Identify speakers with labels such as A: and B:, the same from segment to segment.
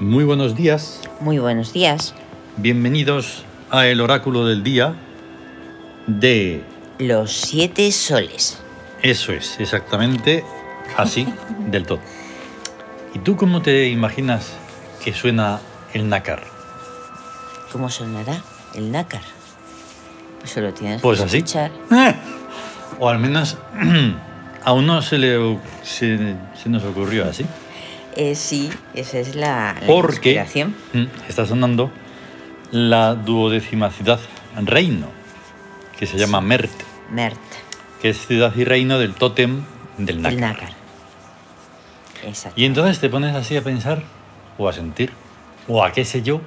A: buenos días,
B: Muy buenos días.
A: bienvenidos a el oráculo del día de...
B: Los siete soles.
A: Eso es, exactamente así, del todo. ¿Y tú cómo te imaginas que suena el nácar?
B: ¿Cómo sonará el nácar? Pues solo tienes
A: Pues
B: que
A: así.
B: escuchar.
A: O al menos aún no se, le, se- se nos ocurrió así.
B: Eh, sí, esa es la, la
A: Porque
B: inspiración.
A: mm, está sonando la duodécima ciudad, reino, que se llama Mert,
B: Mert,
A: que es ciudad y reino del tótem del nácar.
B: el nácar. Exacto.
A: Y entonces te pones así a pensar, o a sentir, o a qué sé yo,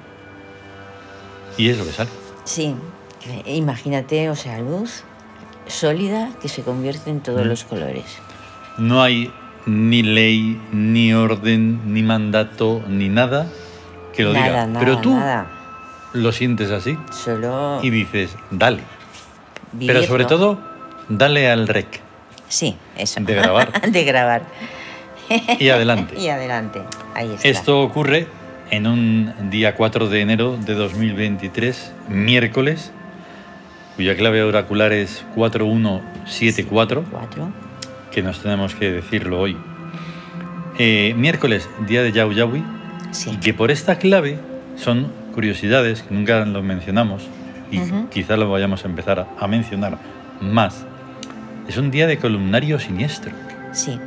A: y es lo que sale.
B: Sí, eh, imagínate, o sea, luz sólida que se convierte en todos los colores.
A: No hay ni ley, ni orden, ni mandato, ni nada que lo
B: nada,
A: diga.
B: nada,
A: Pero tú
B: nada.
A: lo sientes así
B: Solo
A: y dices, dale.
B: vivirlo.
A: Pero sobre todo, dale al rec
B: Sí, eso.
A: de grabar
B: De grabar.
A: y adelante.
B: Y adelante. Ahí está.
A: Esto ocurre en un día 4 de enero de 2023, miércoles, cuya clave oracular es 4174,
B: Cuatro.
A: que nos tenemos que decirlo hoy. Eh, miércoles, día de Yau Yaui, y
B: Sí.
A: que por esta clave son curiosidades que nunca lo mencionamos y
B: Ujú.
A: quizá lo vayamos a empezar a, a mencionar más. Es un día de columnario siniestro.
B: Sí,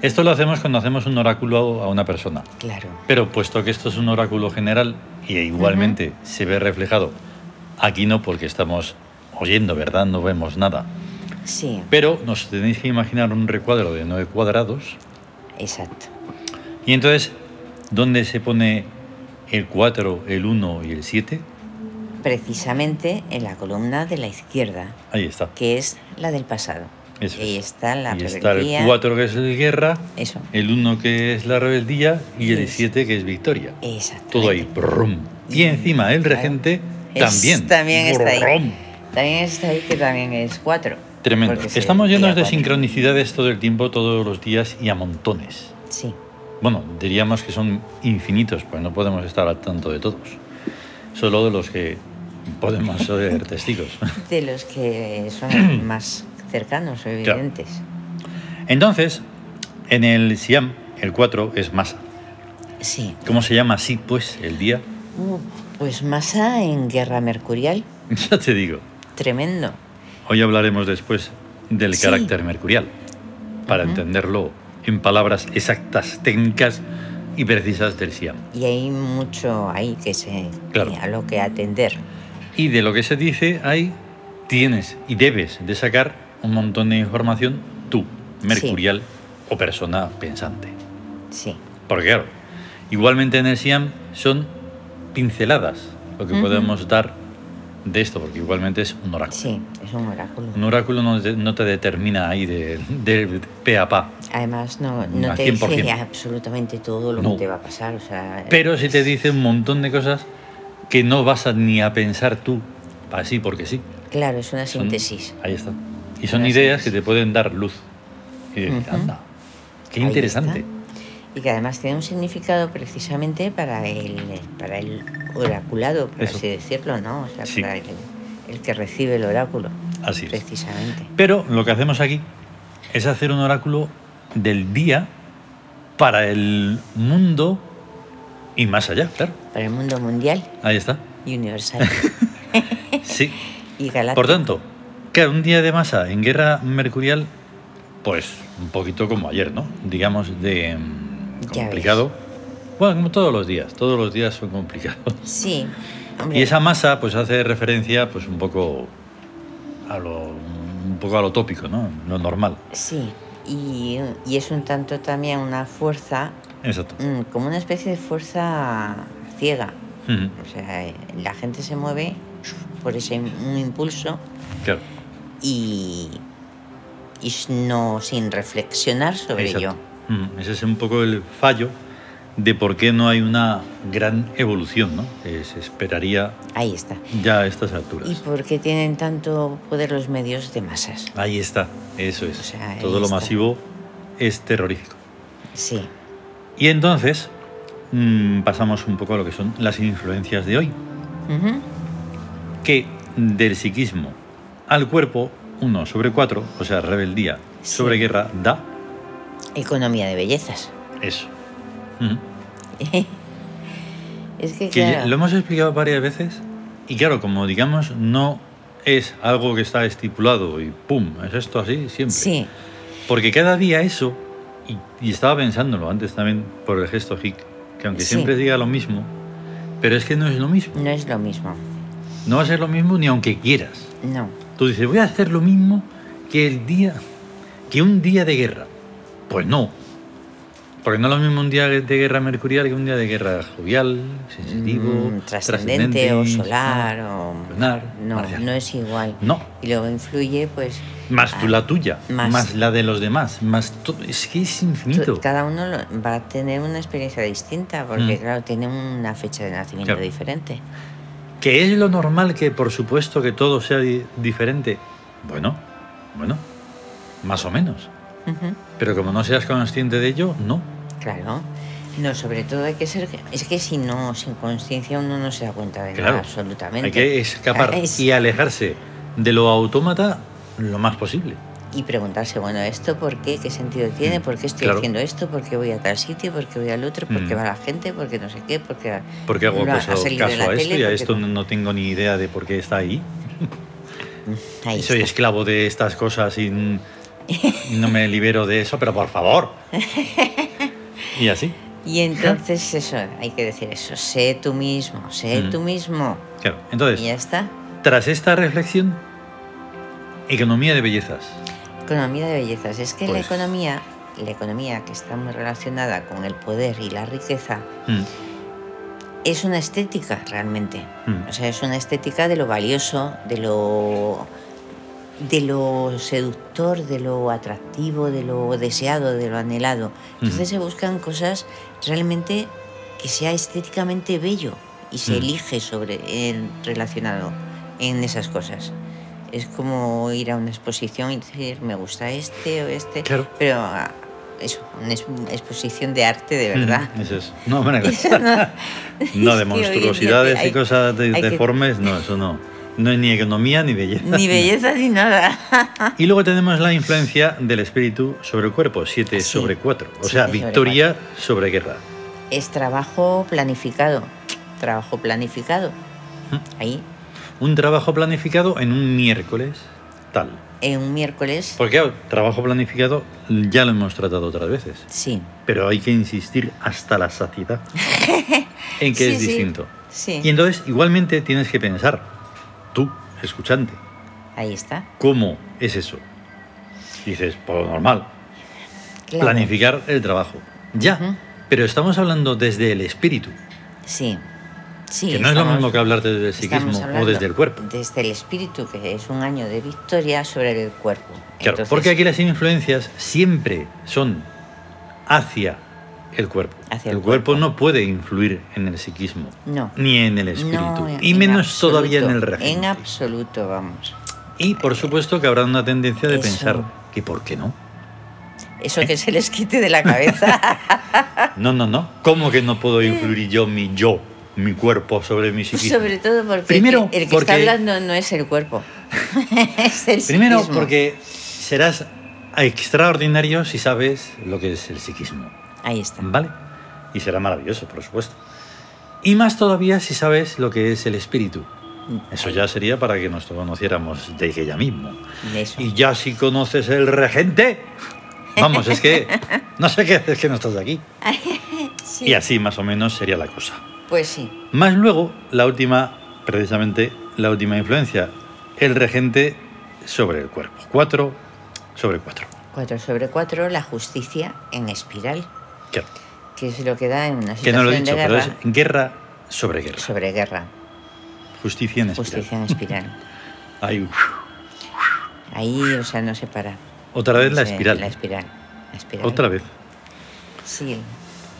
A: Esto lo hacemos cuando hacemos un oráculo a a una persona.
B: claro.
A: Pero puesto que esto es un oráculo general y e igualmente se ve reflejado, aquí no porque estamos oyendo, ¿verdad? No vemos nada.
B: Sí,
A: Pero nos tenéis que imaginar un recuadro de nueve cuadrados
B: exacto.
A: y entonces, ¿dónde se pone el 4, el 1 y el 7?
B: Precisamente en la columna de la izquierda,
A: Ahí está.
B: que es la del pasado.
A: Eso
B: Ahí
A: es.
B: está la
A: y está el
B: rebeldía.
A: 4 que es el guerra,
B: Eso.
A: el 1 que es la rebeldía y el
B: Yes.
A: 7 que es victoria.
B: Exacto. Mm,
A: Todo ahí. brum. Y encima el
B: Claro.
A: regente
B: Es-
A: también.
B: también está ahí.
A: Brum.
B: También está ahí que también es cuatro.
A: Tremendo.
B: porque se
A: Estamos llenos
B: pilla
A: de
B: cuatro.
A: sincronicidades todo el tiempo, todos los días y a montones.
B: Sí,
A: Bueno, diríamos que son infinitos, pues no podemos estar al tanto de todos. Solo de los que podemos ser testigos.
B: de los que son más cercanos o evidentes.
A: Entonces, en el Siam, el 4 es masa.
B: Sí.
A: ¿Cómo se llama así, pues, el día?
B: Uh, Pues masa en guerra mercurial,
A: Ya te digo.
B: tremendo.
A: Hoy hablaremos después del
B: Sí.
A: carácter mercurial, para entenderlo en palabras exactas, técnicas y precisas del Siam.
B: Y hay mucho ahí que se eh,
A: Claro.
B: a lo que atender.
A: Y de lo que se dice ahí tienes y debes de sacar un montón de información tú, mercurial o persona pensante.
B: Sí,
A: Porque claro, igualmente en el SIAM son pinceladas lo que
B: Ujú.
A: podemos dar de esto, porque igualmente es un oráculo.
B: sí, es un oráculo.
A: Un oráculo no, de- no te determina ahí de, de pe a pa.
B: Además, no, no
A: Al
B: te
A: 100%.
B: dice absolutamente todo lo
A: No.
B: que te va a pasar. O sea,
A: Pero sí te dice un montón de cosas que no vas a ni a pensar tú, así porque sí.
B: claro, es una
A: Son-
B: síntesis.
A: Ahí está. Y son
B: Una
A: ideas
B: síntesis.
A: que te pueden dar luz. Y decir,
B: Ujú.
A: anda, qué
B: Ahí
A: interesante.
B: está. Y que además tiene un significado precisamente para el, para el oraculado, por
A: Eso.
B: así decirlo, ¿no? O sea,
A: Sí.
B: para el, el que recibe el oráculo,
A: Así es.
B: precisamente.
A: Pero lo que hacemos aquí es hacer un oráculo del día para el mundo y más allá, claro.
B: Para el mundo mundial
A: Ahí está.
B: y universal
A: Sí.
B: y galáctico.
A: Por tanto, claro, un día de masa en guerra mercurial, pues un poquito como ayer, ¿no? Digamos de mm,
B: Ya
A: complicado. Bueno, como todos los días, todos los días son complicados.
B: Sí. hombre,
A: Y esa masa pues hace referencia pues un poco a lo un poco a lo tópico, ¿no? Lo normal.
B: Sí. Y, y es un tanto también una fuerza,
A: Exacto.
B: mm, como una especie de fuerza ciega.
A: Ujú,
B: O sea, eh, la gente se mueve por ese im- un impulso
A: Claro.
B: y, y s- no sin reflexionar sobre ello.
A: Exacto. Ujú, Ese es un poco el fallo de por qué no hay una gran evolución, ¿no? Que se esperaría
B: Ahí está.
A: ya a estas
B: ¿Y
A: alturas.
B: por qué tienen tanto poder los medios de masas?
A: Ahí está, eso es.
B: O sea, ahí
A: Todo lo
B: está.
A: masivo es terrorífico.
B: Sí,
A: Y entonces, mm, pasamos un poco a lo que son las influencias de hoy,
B: Ujú.
A: que del psiquismo al cuerpo, 1 sobre 4, o sea, rebeldía
B: Sí.
A: sobre guerra, da
B: Economía de bellezas.
A: eso. Ujú.
B: Es que,
A: Que
B: claro,
A: ya- lo hemos explicado varias veces y claro, como digamos, no es algo que está estipulado y pum, es esto así siempre.
B: Sí,
A: Porque cada día eso, y, y estaba pensándolo antes también por el gesto hic, que aunque
B: Sí.
A: siempre diga lo mismo, pero es que no es lo mismo.
B: no es lo mismo.
A: No va a ser lo mismo ni aunque quieras.
B: No.
A: Tú dices, voy a hacer lo mismo que el día, que un día de guerra. Pues no. Porque no es lo mismo un día de guerra mercurial que un día de guerra jovial, sensitivo,
B: Mm, trascendente o solar o...
A: ¿no? lunar,
B: No,
A: marcial.
B: no es igual.
A: No.
B: Y luego influye, pues...
A: Más
B: a-
A: tú la tuya,
B: más.
A: más. la de los demás, más to- es que es infinito.
B: Tú- Cada uno lo- va a tener una experiencia distinta, porque
A: Mm.
B: claro, tiene una fecha de nacimiento
A: Claro.
B: diferente.
A: Que es lo normal que por supuesto que todo sea di- diferente. Bueno, bueno, más o menos.
B: Ujú,
A: Pero como no seas consciente de ello, no.
B: Claro. No, sobre todo hay que ser... Es que si no, sin conciencia, uno no se da cuenta de
A: Claro.
B: nada, absolutamente.
A: Hay que escapar
B: Ah, es-
A: y alejarse de lo autómata lo más posible.
B: y preguntarse, bueno, ¿esto por qué? ¿Qué sentido tiene?
A: Mm,
B: ¿Por qué estoy
A: claro.
B: haciendo esto? ¿Por qué voy a tal sitio? ¿Por qué voy al otro? ¿Por qué
A: Mm.
B: va la gente? ¿Por qué no sé qué? ¿Por qué
A: Porque hago
B: no ha- ha
A: caso,
B: salido en
A: caso
B: la
A: a esto
B: tele?
A: y a
B: ¿Por qué
A: esto
B: no?
A: no tengo ni idea de por qué está ahí.
B: Ahí
A: Soy
B: está.
A: esclavo de estas cosas y n- no me libero de eso, pero por favor. Y así,
B: Y entonces eso, hay que decir eso, sé tú mismo, sé
A: Mm. Pues
B: tú mismo.
A: claro.
B: Y ya
A: Entonces,
B: está.
A: tras esta reflexión, economía de bellezas.
B: Economía de bellezas. Es que la
A: Pues-
B: economía, la economía que está muy relacionada con el poder y la riqueza,
A: Mm,
B: es una estética realmente.
A: Mm.
B: O sea, es una estética de lo valioso, de lo de lo seductor, de lo atractivo, de lo deseado, de lo anhelado. Entonces se buscan cosas realmente que sea estéticamente bello y se
A: Mm.
B: elige sobre el relacionado en esas cosas. Es como ir a una exposición y decir, me gusta este o este,
A: Claro.
B: pero ah, eso, una ex- exposición de arte de verdad.
A: Mm, Eso es. No, bueno,
B: Es
A: no
B: que
A: de
B: hoy en día
A: monstruosidades
B: hay-
A: y cosas de-
B: hay que-
A: deformes, no, eso no. No es ni economía ni belleza.
B: Ni belleza ni nada.
A: Y luego tenemos la influencia del espíritu sobre el cuerpo, 7
B: Sí,
A: sobre 4. O
B: siete
A: sea,
B: sobre
A: victoria sobre guerra.
B: Es trabajo planificado. Trabajo planificado.
A: ¿Mm?
B: Ahí,
A: Un trabajo planificado en un miércoles tal.
B: en un miércoles.
A: Porque claro, trabajo planificado ya lo hemos tratado otras veces.
B: Sí.
A: Pero hay que insistir hasta la saciedad en que
B: Sí,
A: es
B: sí.
A: distinto.
B: Sí.
A: Y entonces igualmente tienes que pensar, tú, escuchante,
B: Ahí está.
A: ¿cómo es eso? Dices, por lo normal,
B: Claro.
A: planificar el trabajo. Ya,
B: Ujú.
A: pero estamos hablando desde el espíritu.
B: Sí. Sí.
A: que no es lo
B: estamos-
A: mismo que hablar desde el
B: estamos
A: psiquismo o
B: hablando
A: desde el cuerpo.
B: Desde el espíritu, que es un año de victoria sobre el cuerpo.
A: Claro,
B: Entonces,
A: porque aquí las influencias siempre son hacia el cuerpo.
B: Hacia el
A: el cuerpo,
B: cuerpo.
A: no puede influir en el psiquismo,
B: No.
A: ni en el espíritu,
B: No,
A: y
B: en
A: menos
B: absoluto,
A: todavía en el
B: En
A: regente.
B: absoluto, vamos.
A: y por supuesto que habrá una tendencia de
B: Eso.
A: pensar que por qué no. ¿Eh?
B: Eso que se les quite de la cabeza.
A: No, no, no. ¿Cómo que no puedo influir yo, mi yo, mi cuerpo sobre mi psiquismo?
B: Sobre todo porque
A: Primero,
B: el que, el que
A: porque-
B: está hablando no es el cuerpo. es el
A: Primero,
B: psiquismo.
A: porque serás extraordinario si sabes lo que es el psiquismo,
B: Ahí está.
A: ¿vale? Y será maravilloso, por supuesto. Y más todavía si sabes lo que es el espíritu. Eso ya sería para que nos conociéramos desde ya mismo.
B: Eso.
A: Y ya si conoces el regente, vamos, es que no sé qué haces que no estás aquí.
B: Sí.
A: Y así más o menos sería la cosa.
B: Pues sí.
A: Más luego, la última, precisamente, la última influencia, el regente sobre el cuerpo. 4 sobre 4.
B: 4 sobre 4, la justicia en espiral,
A: Claro.
B: que es lo que da en una
A: Que
B: situación
A: no lo he dicho,
B: de
A: pero
B: guerra
A: es guerra sobre guerra.
B: sobre guerra,
A: Justicia en espiral.
B: justicia en espiral.
A: Ahí, uf,
B: Ahí, o sea, no se para.
A: otra vez la
B: Sí,
A: espiral.
B: La espiral. la espiral.
A: Otra vez.
B: Sí,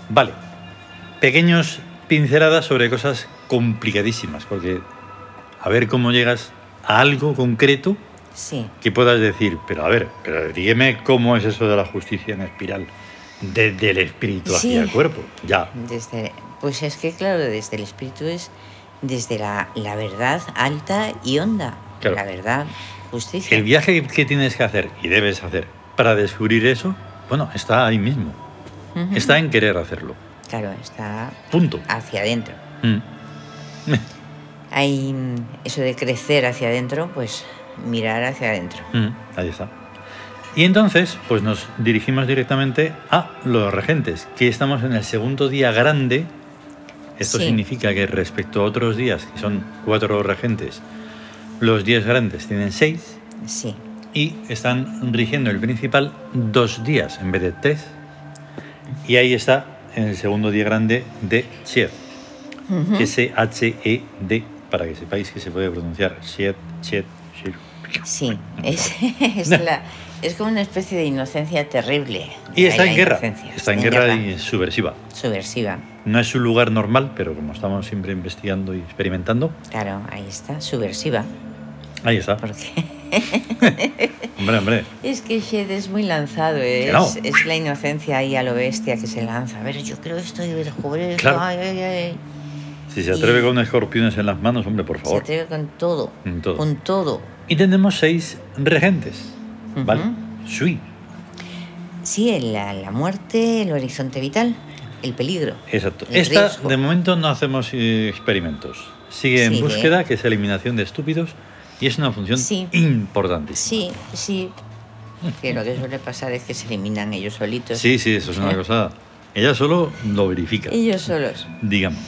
A: Vale. Pequeños pinceladas sobre cosas complicadísimas, porque a ver cómo llegas a algo concreto
B: sí.
A: que puedas decir, pero a ver, pero dígame cómo es eso de la justicia en espiral. Desde el espíritu
B: Sí.
A: hacia el cuerpo, ya.
B: Desde, pues es que, claro, desde el espíritu es desde la, la verdad alta y honda.
A: Claro.
B: La verdad, justicia.
A: El viaje que tienes que hacer y debes hacer para descubrir eso, bueno, está ahí mismo.
B: Ujú. Ah.
A: Está en querer hacerlo.
B: Claro, está
A: Punto.
B: hacia adentro.
A: Mm.
B: Hay mm, eso de crecer hacia adentro, pues mirar hacia adentro.
A: Mm, ahí está. Y entonces, pues nos dirigimos directamente a los regentes, que estamos en el segundo día grande. Esto
B: Sí.
A: significa que respecto a otros días, que son cuatro regentes, los días grandes tienen seis
B: Sí,
A: y están rigiendo el principal dos días en vez de tres. Y ahí está en el segundo día grande de Sied. S-H-E-D, E para que sepáis que se puede pronunciar Sied, Sied, Sied.
B: sí. Es, es, la- es como una especie de inocencia terrible.
A: Y está
B: Hay
A: en
B: la
A: guerra.
B: inocencia,
A: Está en guerra y es subversiva.
B: Subversiva,
A: No es su lugar normal, pero como estamos siempre investigando y experimentando,
B: claro, ahí está, subversiva.
A: ahí está.
B: Porque
A: Hombre, hombre.
B: es que Shed es muy lanzado, es,
A: no.
B: es la inocencia ahí a lo bestia que se lanza. A ver, yo creo esto, yo descubrí esto.
A: Claro.
B: ay, ay, ay.
A: Si se
B: Y-
A: atreve con escorpiones en las manos, hombre, por
B: Se
A: favor.
B: atreve con todo,
A: Con todo.
B: con todo.
A: Y tenemos seis regentes. ¿Vale? Sui.
B: Sí, el- la, la muerte, el horizonte vital, el peligro.
A: Exacto.
B: El
A: Esta,
B: riesgo.
A: de momento, no hacemos eh, experimentos. Sigue en
B: Sigue.
A: búsqueda, que es eliminación de estúpidos, y es una función
B: Sí.
A: importante.
B: Sí, sí. Que lo que suele pasar es que se eliminan ellos solitos.
A: sí, sí, eso es una cosa. Ella solo lo verifica,
B: Ellos solos.
A: digamos.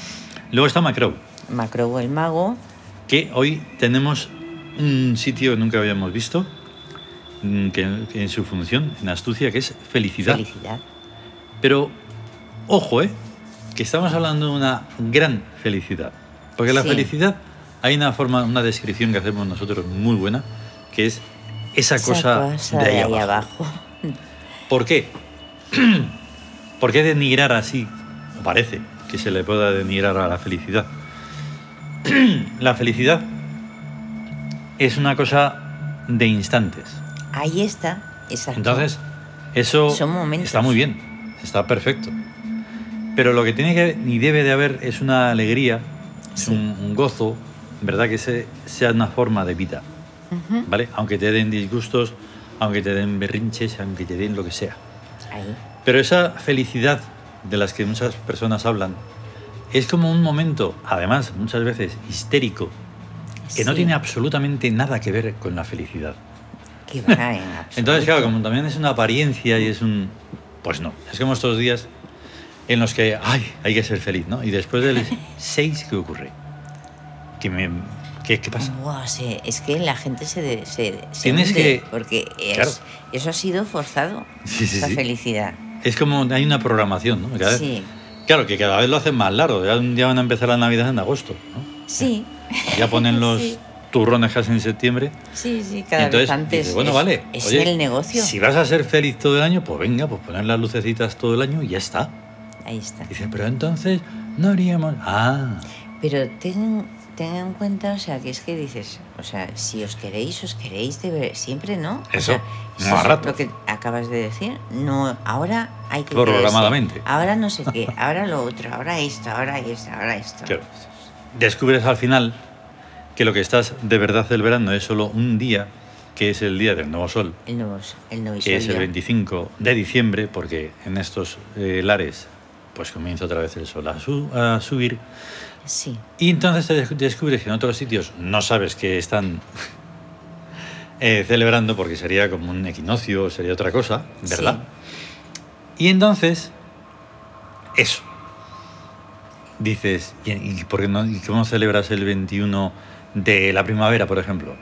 A: Luego está Macrow.
B: Macrobo el mago.
A: que hoy tenemos un sitio que nunca habíamos visto, mm, que, que en su función, en astucia, que es felicidad.
B: Felicidad.
A: Pero, ojo, ¿eh? que estamos hablando de una gran felicidad. Porque la
B: Sí.
A: felicidad, hay una forma, una descripción que hacemos nosotros muy buena, que es esa,
B: Esa
A: cosa, de ahí abajo.
B: abajo.
A: ¿Por qué? ¿Por qué denigrar así? O Parece que se le pueda denigrar a la felicidad. la felicidad es una cosa de instantes.
B: Ahí está. Exacto.
A: Entonces, eso
B: Son momentos.
A: está muy bien, está perfecto. Pero lo que tiene que ni debe de haber es una alegría, es
B: Sí.
A: un, un gozo, ¿verdad? Que se- sea una forma de vida,
B: Ujú.
A: ¿vale? Aunque te den disgustos, aunque te den berrinches, aunque te den lo que sea.
B: Ahí.
A: Pero esa felicidad de las que muchas personas hablan es como un momento, además muchas veces histérico, que no
B: Sí,
A: tiene absolutamente nada que ver con la felicidad.
B: que va en
A: Entonces,
B: absoluto.
A: claro, como también es una apariencia y es un... Pues no, es como estos días en los que, ay, hay que ser feliz, ¿no? Y después del 6, ¿qué ocurre? ¿Qué, me, qué, qué pasa?
B: Buah, se- es que la gente se, de- se, se
A: Tienes
B: hunde,
A: que-
B: porque es-
A: Claro.
B: eso ha sido forzado
A: Sí, sí,
B: esa
A: sí.
B: felicidad
A: Es como hay una programación, ¿no? Cada vez-
B: sí
A: Claro, que cada vez lo hacen más largo. Ya, ya van a empezar las navidades en agosto, ¿no?
B: sí
A: Ya ponen los
B: Sí.
A: turrones casi en septiembre.
B: sí sí cada
A: Entonces,
B: vez antes
A: dices, bueno,
B: es,
A: vale.
B: es
A: oye,
B: el negocio
A: Si vas a ser feliz todo el año, pues venga, pues poner las lucecitas todo el año y ya está.
B: ahí está
A: Dice, pero entonces no haríamos. Ah,
B: Pero ten, ten en cuenta, o sea, que es que dices, o sea, si os queréis, os queréis de ver- siempre, ¿no? O
A: Eso,
B: sea,
A: no a
B: es
A: ratos.
B: Lo que acabas de decir, no, ahora hay que.
A: Programadamente.
B: creerse, Ahora no sé qué, ahora lo otro, ahora esto, ahora esto, ahora esto.
A: claro. Descubres al final que lo que estás de verdad celebrando es solo un día, que es el día del nuevo sol,
B: El nuevo, el nuevo
A: que es el
B: solio.
A: 25 de diciembre, porque en estos eh, lares pues comienza otra vez el sol a, su- a subir.
B: Sí,
A: Y entonces te des- descubres que en otros sitios no sabes que están eh, celebrando porque sería como un equinoccio, sería otra cosa, ¿verdad? Y entonces, eso. Dices, ¿y, y por qué no, y cómo celebras el 21 de la primavera, por ejemplo?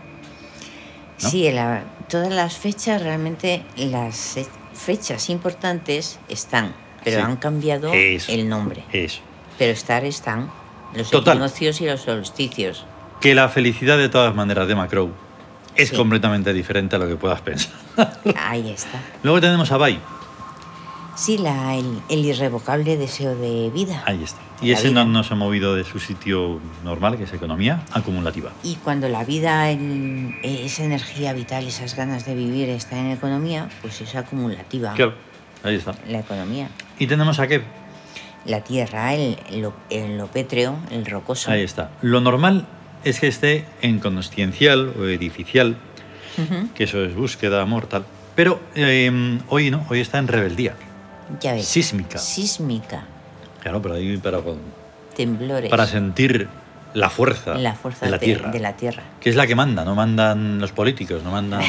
A: ¿no?
B: sí, la- todas las fechas, realmente las eh, fechas importantes están, pero
A: Sí.
B: han cambiado
A: Eso.
B: el nombre.
A: Eso.
B: Pero estar están los
A: Total.
B: equinoccios y los solsticios.
A: Que la felicidad de todas maneras de Macrow es
B: Sí.
A: completamente diferente a lo que puedas pensar.
B: Ahí está.
A: Luego tenemos a Bai.
B: Sí, la, el, el irrevocable deseo de vida.
A: Ahí está.
B: La
A: Y ese
B: vida.
A: no nos ha movido de su sitio normal, que es economía acumulativa.
B: Y cuando la vida, el- esa energía vital, esas ganas de vivir está en economía, pues es acumulativa.
A: Claro. Ahí está.
B: la economía.
A: Y tenemos a qué.
B: La tierra, el, lo, el- lo pétreo, el rocoso.
A: Ahí está. Lo normal es que esté en consciencial o edificial,
B: Ujú.
A: que eso es búsqueda mortal. Pero eh, hoy no, hoy está en rebeldía.
B: Ya ves.
A: Sísmica.
B: Sísmica.
A: Claro, pero ahí para, con-
B: Temblores.
A: para sentir la fuerza,
B: la fuerza
A: de la tierra.
B: de la tierra.
A: Que es la que manda, no mandan los políticos, no mandan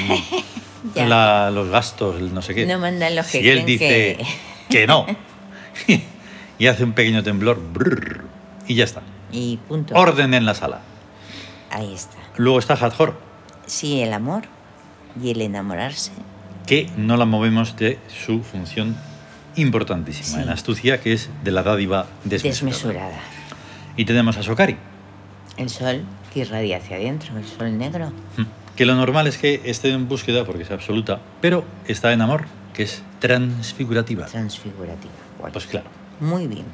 B: Ya.
A: la- los gastos, el no sé qué.
B: No mandan los que
A: Si él
B: creen
A: dice
B: que-
A: que no y hace un pequeño temblor brrr, y ya está.
B: Y punto.
A: Orden en la sala.
B: Ahí está.
A: Luego está Hathor,
B: Sí, el amor y el enamorarse.
A: que no la movemos de su función importantísima
B: Sí.
A: en astucia, que es de la dádiva desmesurada.
B: Desmesurada.
A: Y tenemos a Sokari,
B: El sol que irradia hacia adentro, el sol negro.
A: que lo normal es que esté en búsqueda porque es absoluta, pero está en amor, que es transfigurativa.
B: Transfigurativa. Guay.
A: Pues claro.
B: Muy bien.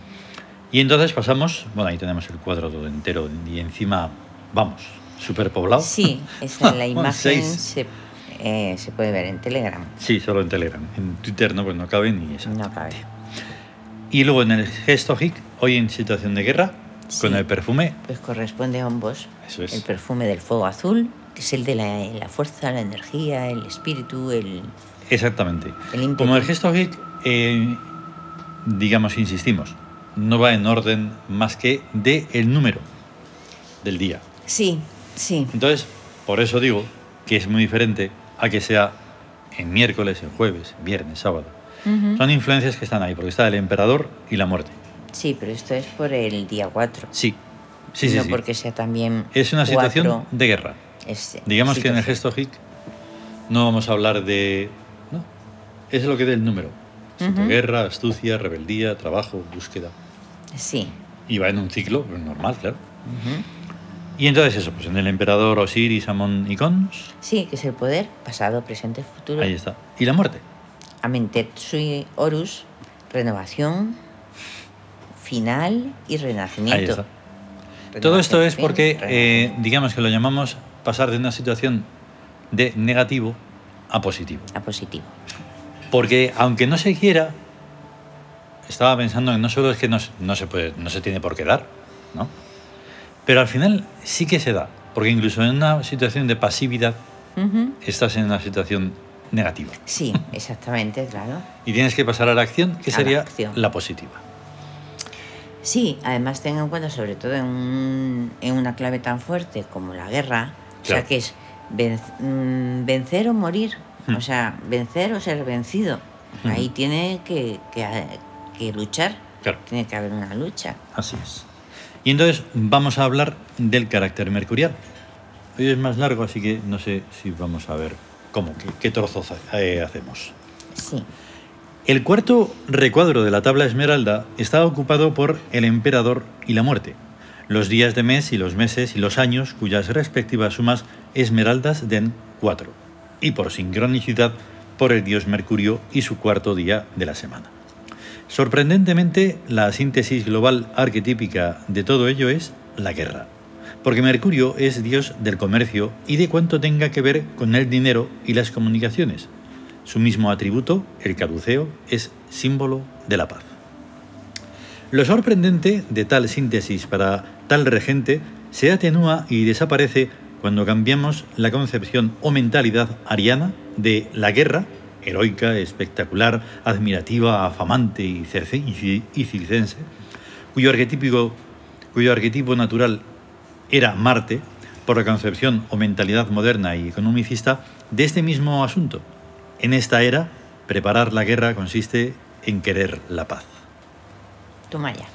A: Y entonces pasamos, bueno, ahí tenemos el cuadro todo entero y encima, vamos, superpoblado.
B: Sí, esa es la
A: Un
B: imagen.
A: seis.
B: se, eh, se puede ver en Telegram.
A: Sí, solo en Telegram. En Twitter no, pues no cabe ni esa.
B: No cabe.
A: Y luego en el gesto hic, hoy en situación de guerra,
B: Sí.
A: con el perfume,
B: Pues corresponde a ambos.
A: Eso es.
B: El perfume del fuego azul, que es el de la, la fuerza, la energía, el espíritu, el.
A: exactamente.
B: El ímpetu.
A: Como el gesto hic, eh, digamos, insistimos, no va en orden más que de el número del día.
B: Sí, sí.
A: Entonces, por eso digo que es muy diferente a que sea en miércoles, en jueves, viernes, sábado.
B: Ujú.
A: Son influencias que están ahí, porque está el emperador y la muerte.
B: Sí, pero esto es por el día 4.
A: Sí, sí, sí.
B: no
A: sí.
B: porque sea también.
A: Es una situación
B: cuatro,
A: de guerra.
B: es-
A: Digamos que en el
B: situación.
A: gesto hic no vamos a hablar de... No, es lo que dé el número. Siempre
B: Ujú.
A: Guerra, astucia, rebeldía, trabajo, búsqueda.
B: Sí.
A: Y va en un ciclo pues, normal, claro.
B: Ujú.
A: Y entonces eso, pues en el emperador Osiris, Amón y Cons,
B: Sí, que es el poder, pasado, presente, futuro.
A: ahí está. Y la muerte.
B: Amentetsu Horus, renovación, final y renacimiento.
A: Ahí está. Todo esto es
B: Renovación,
A: porque, eh,
B: renacimiento.
A: digamos que lo llamamos pasar de una situación de negativo a positivo.
B: A positivo.
A: Porque aunque no se quiera, estaba pensando que no solo es que no, se- no se puede, no se tiene por qué dar, ¿no? Pero al final sí que se da, porque incluso en una situación de pasividad
B: Ujú.
A: estás en una situación negativa
B: Sí, exactamente, claro.
A: y tienes que pasar a la acción, que
B: A la
A: sería la,
B: acción.
A: positiva.
B: Sí, además ten en cuenta, sobre todo en, un- en una clave tan fuerte como la guerra, o sea
A: Claro.
B: que es ven- mm, vencer o morir,
A: Hmm.
B: o sea, vencer o ser vencido.
A: Ujú.
B: Ahí tiene que, que- que luchar,
A: Claro,
B: tiene que haber una lucha.
A: así es. Y entonces vamos a hablar del carácter mercurial. Hoy es más largo, así que no sé si vamos a ver cómo, qué, qué trozos eh, hacemos.
B: Sí,
A: El cuarto recuadro de la tabla esmeralda está ocupado por el emperador y la muerte, los días de mes y los meses y los años cuyas respectivas sumas esmeraldas den cuatro, y por sincronicidad por el dios Mercurio y su cuarto día de la semana. Sorprendentemente, la síntesis global arquetípica de todo ello es la guerra, porque Mercurio es dios del comercio y de cuanto tenga que ver con el dinero y las comunicaciones. Su mismo atributo, el caduceo, es símbolo de la paz. Lo sorprendente de tal síntesis para tal regente se atenúa y desaparece cuando cambiamos la concepción o mentalidad ariana de la guerra, heroica, espectacular, admirativa, afamante y circe- y ci- y circense, cuyo arquetípico- cuyo arquetipo natural era Marte, por la concepción o mentalidad moderna y economicista de este mismo asunto. En esta era, preparar la guerra consiste en querer la paz.
B: toma ya.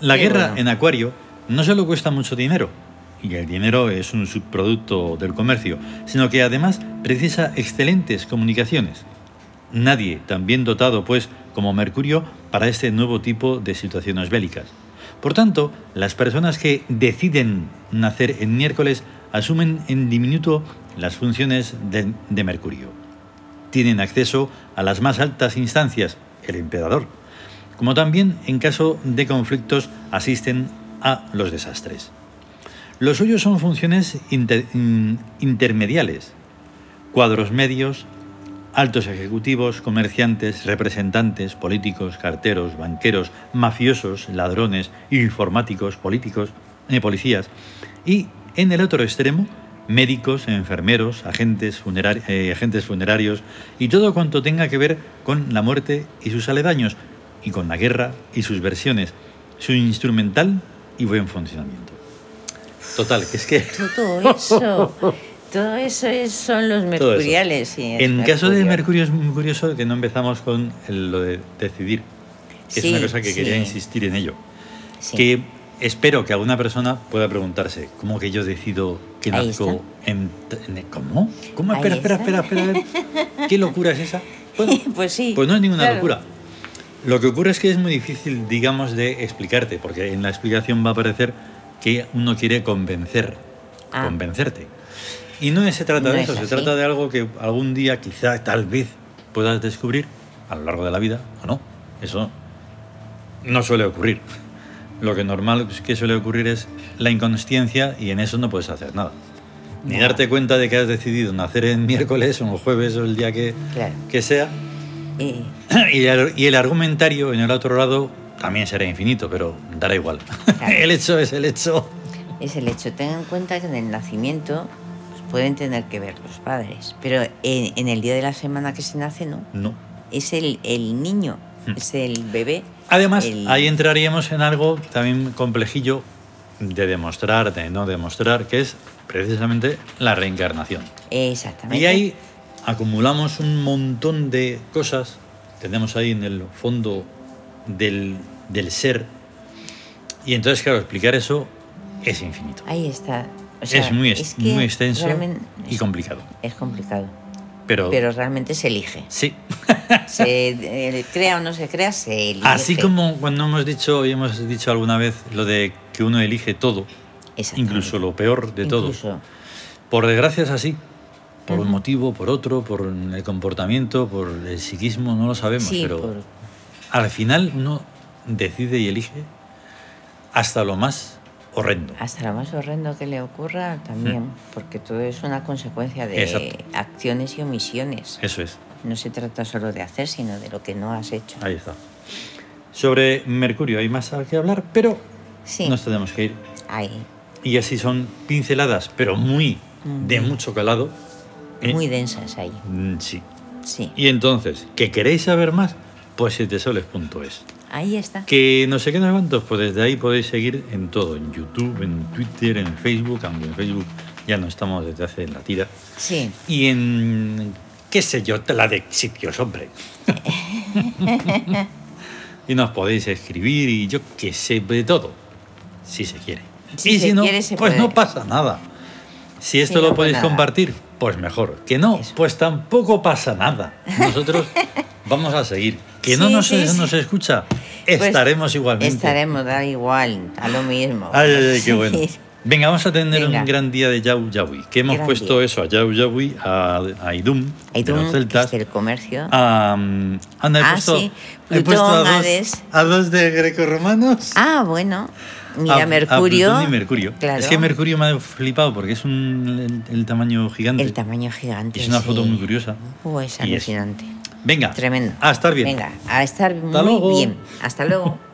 A: La
B: Qué
A: guerra
B: bueno.
A: en Acuario no solo cuesta mucho dinero, y el dinero es un subproducto del comercio, sino que además precisa excelentes comunicaciones. Nadie tan bien dotado, pues, como Mercurio para este nuevo tipo de situaciones bélicas. Por tanto, las personas que deciden nacer en miércoles asumen en diminuto las funciones de, de Mercurio. Tienen acceso a las más altas instancias, el emperador, como también en caso de conflictos asisten a los desastres. Los suyos son funciones inter- mm, intermediales, cuadros medios, Altos ejecutivos, comerciantes, representantes, políticos, carteros, banqueros, mafiosos, ladrones, informáticos, políticos, eh, policías. Y en el otro extremo, médicos, enfermeros, agentes, funerar- eh, agentes funerarios y todo cuanto tenga que ver con la muerte y sus aledaños, y con la guerra y sus versiones, su instrumental y buen funcionamiento. Total, que es que...
B: Todo eso. todo eso es- son los
A: Todo eso.
B: mercuriales. sí, es
A: en caso de Mercurio
B: mercurio.
A: es muy curioso que no empezamos con el- lo de decidir. que es
B: Sí,
A: una cosa que
B: sí,
A: quería insistir en ello.
B: sí.
A: Que espero que alguna persona pueda preguntarse, ¿cómo que yo decido que
B: Ahí
A: nazco en, en- ¿Cómo? ¿Cómo?
B: Ahí
A: Espera, espera, espera, espera.
B: está.
A: a ver. ¿Qué locura es esa? Bueno,
B: Pues sí.
A: pues no es ninguna
B: claro.
A: locura. Lo que ocurre es que es muy difícil, digamos, de explicarte, porque en la explicación va a parecer que uno quiere convencer,
B: Ah.
A: convencerte. Y no se trata
B: No
A: de
B: es
A: eso, se
B: así.
A: trata de algo que algún día, quizá, tal vez, puedas descubrir a lo largo de la vida, o no. Eso no suele ocurrir. Lo que normal es que suele ocurrir es la inconsciencia y en eso no puedes hacer nada. Ni
B: Nada.
A: darte cuenta de que has decidido nacer en miércoles o en jueves o el día que,
B: Claro.
A: que sea.
B: Eh,
A: Y el, y el argumentario en el otro lado también será infinito, pero dará igual.
B: Claro.
A: El hecho es el hecho.
B: es el hecho. Tengan en cuenta que en el nacimiento pues, pueden tener que ver los padres, pero en, en el día de la semana que se nace, no.
A: No.
B: Es el, el niño,
A: Hmm.
B: es el bebé.
A: Además,
B: El-
A: ahí entraríamos en algo también complejillo de demostrar, de no demostrar, que es precisamente la reencarnación.
B: Exactamente.
A: Y ahí acumulamos un montón de cosas, tenemos ahí en el fondo del, del ser. Y entonces, claro, explicar eso es infinito.
B: Ahí está. O sea,
A: es muy, ex-
B: es que
A: muy extenso
B: realmente
A: y
B: es-
A: complicado.
B: Es complicado,
A: Pero,
B: pero realmente se elige.
A: sí.
B: Se eh, crea o no se crea, se elige.
A: Así como cuando hemos dicho y hemos dicho alguna vez lo de que uno elige todo,
B: Exactamente.
A: incluso lo peor de todo.
B: Incluso,
A: Por desgracia es así. Por un
B: Ujú.
A: motivo, por otro, por el comportamiento, por el psiquismo, no lo sabemos,
B: sí,
A: pero
B: por-
A: al final uno decide y elige hasta lo más horrendo.
B: hasta lo más horrendo que le ocurra también,
A: Mm.
B: porque todo es una consecuencia de
A: Exacto.
B: acciones y omisiones.
A: Eso es,
B: No se trata solo de hacer, sino de lo que no has hecho.
A: ahí está. Sobre Mercurio hay más que hablar, pero
B: Sí,
A: nos tenemos que ir.
B: ahí,
A: Y así son pinceladas, pero muy, de mucho calado. Eh,
B: muy densas ahí,
A: Mm, Sí.
B: sí.
A: Y entonces, ¿que queréis saber más? Pues soles.es
B: Ahí está.
A: Que no sé qué, no sé cuántos, pues desde ahí podéis seguir en todo, en YouTube, en Twitter, en Facebook, aunque en Facebook ya no estamos desde hace la tira.
B: Sí,
A: Y en, qué sé yo, la de sitios, hombre. y nos podéis escribir y yo qué sé, de todo, si se quiere.
B: Si
A: y
B: se
A: si no,
B: quiere, se
A: pues
B: puede.
A: no pasa nada. Si esto
B: no,
A: lo
B: pues
A: podéis
B: nada.
A: compartir, pues mejor. Que no,
B: Eso.
A: pues tampoco pasa nada. Nosotros vamos a seguir. Que no
B: Sí,
A: nos,
B: sí, sí.
A: nos escucha,
B: Pues,
A: estaremos igualmente.
B: estaremos, da igual, a lo mismo.
A: Ay, ay, ay, qué bueno.
B: Sí.
A: Venga, vamos a tener
B: Venga.
A: un gran día de Yau Yaui. Que hemos
B: Gran
A: puesto
B: día.
A: eso a Yau Yaui, a, a Idum,
B: Hay
A: de los celtas.
B: el comercio.
A: A, um, anda, he
B: Ah,
A: puesto,
B: sí.
A: he puesto a,
B: Plutón,
A: dos,
B: Hades.
A: a dos de grecorromanos.
B: Ah, bueno. Mira,
A: A- a
B: Mercurio.
A: Ah, Plutón y Mercurio.
B: Claro.
A: Es que Mercurio me ha flipado porque es un, el, el tamaño gigante.
B: El tamaño gigante.
A: es una foto
B: sí.
A: muy curiosa.
B: Oh, es
A: Y es-
B: alucinante.
A: Venga,
B: Tremendo.
A: a estar bien.
B: Venga, a estar muy
A: luego.
B: bien. Hasta luego.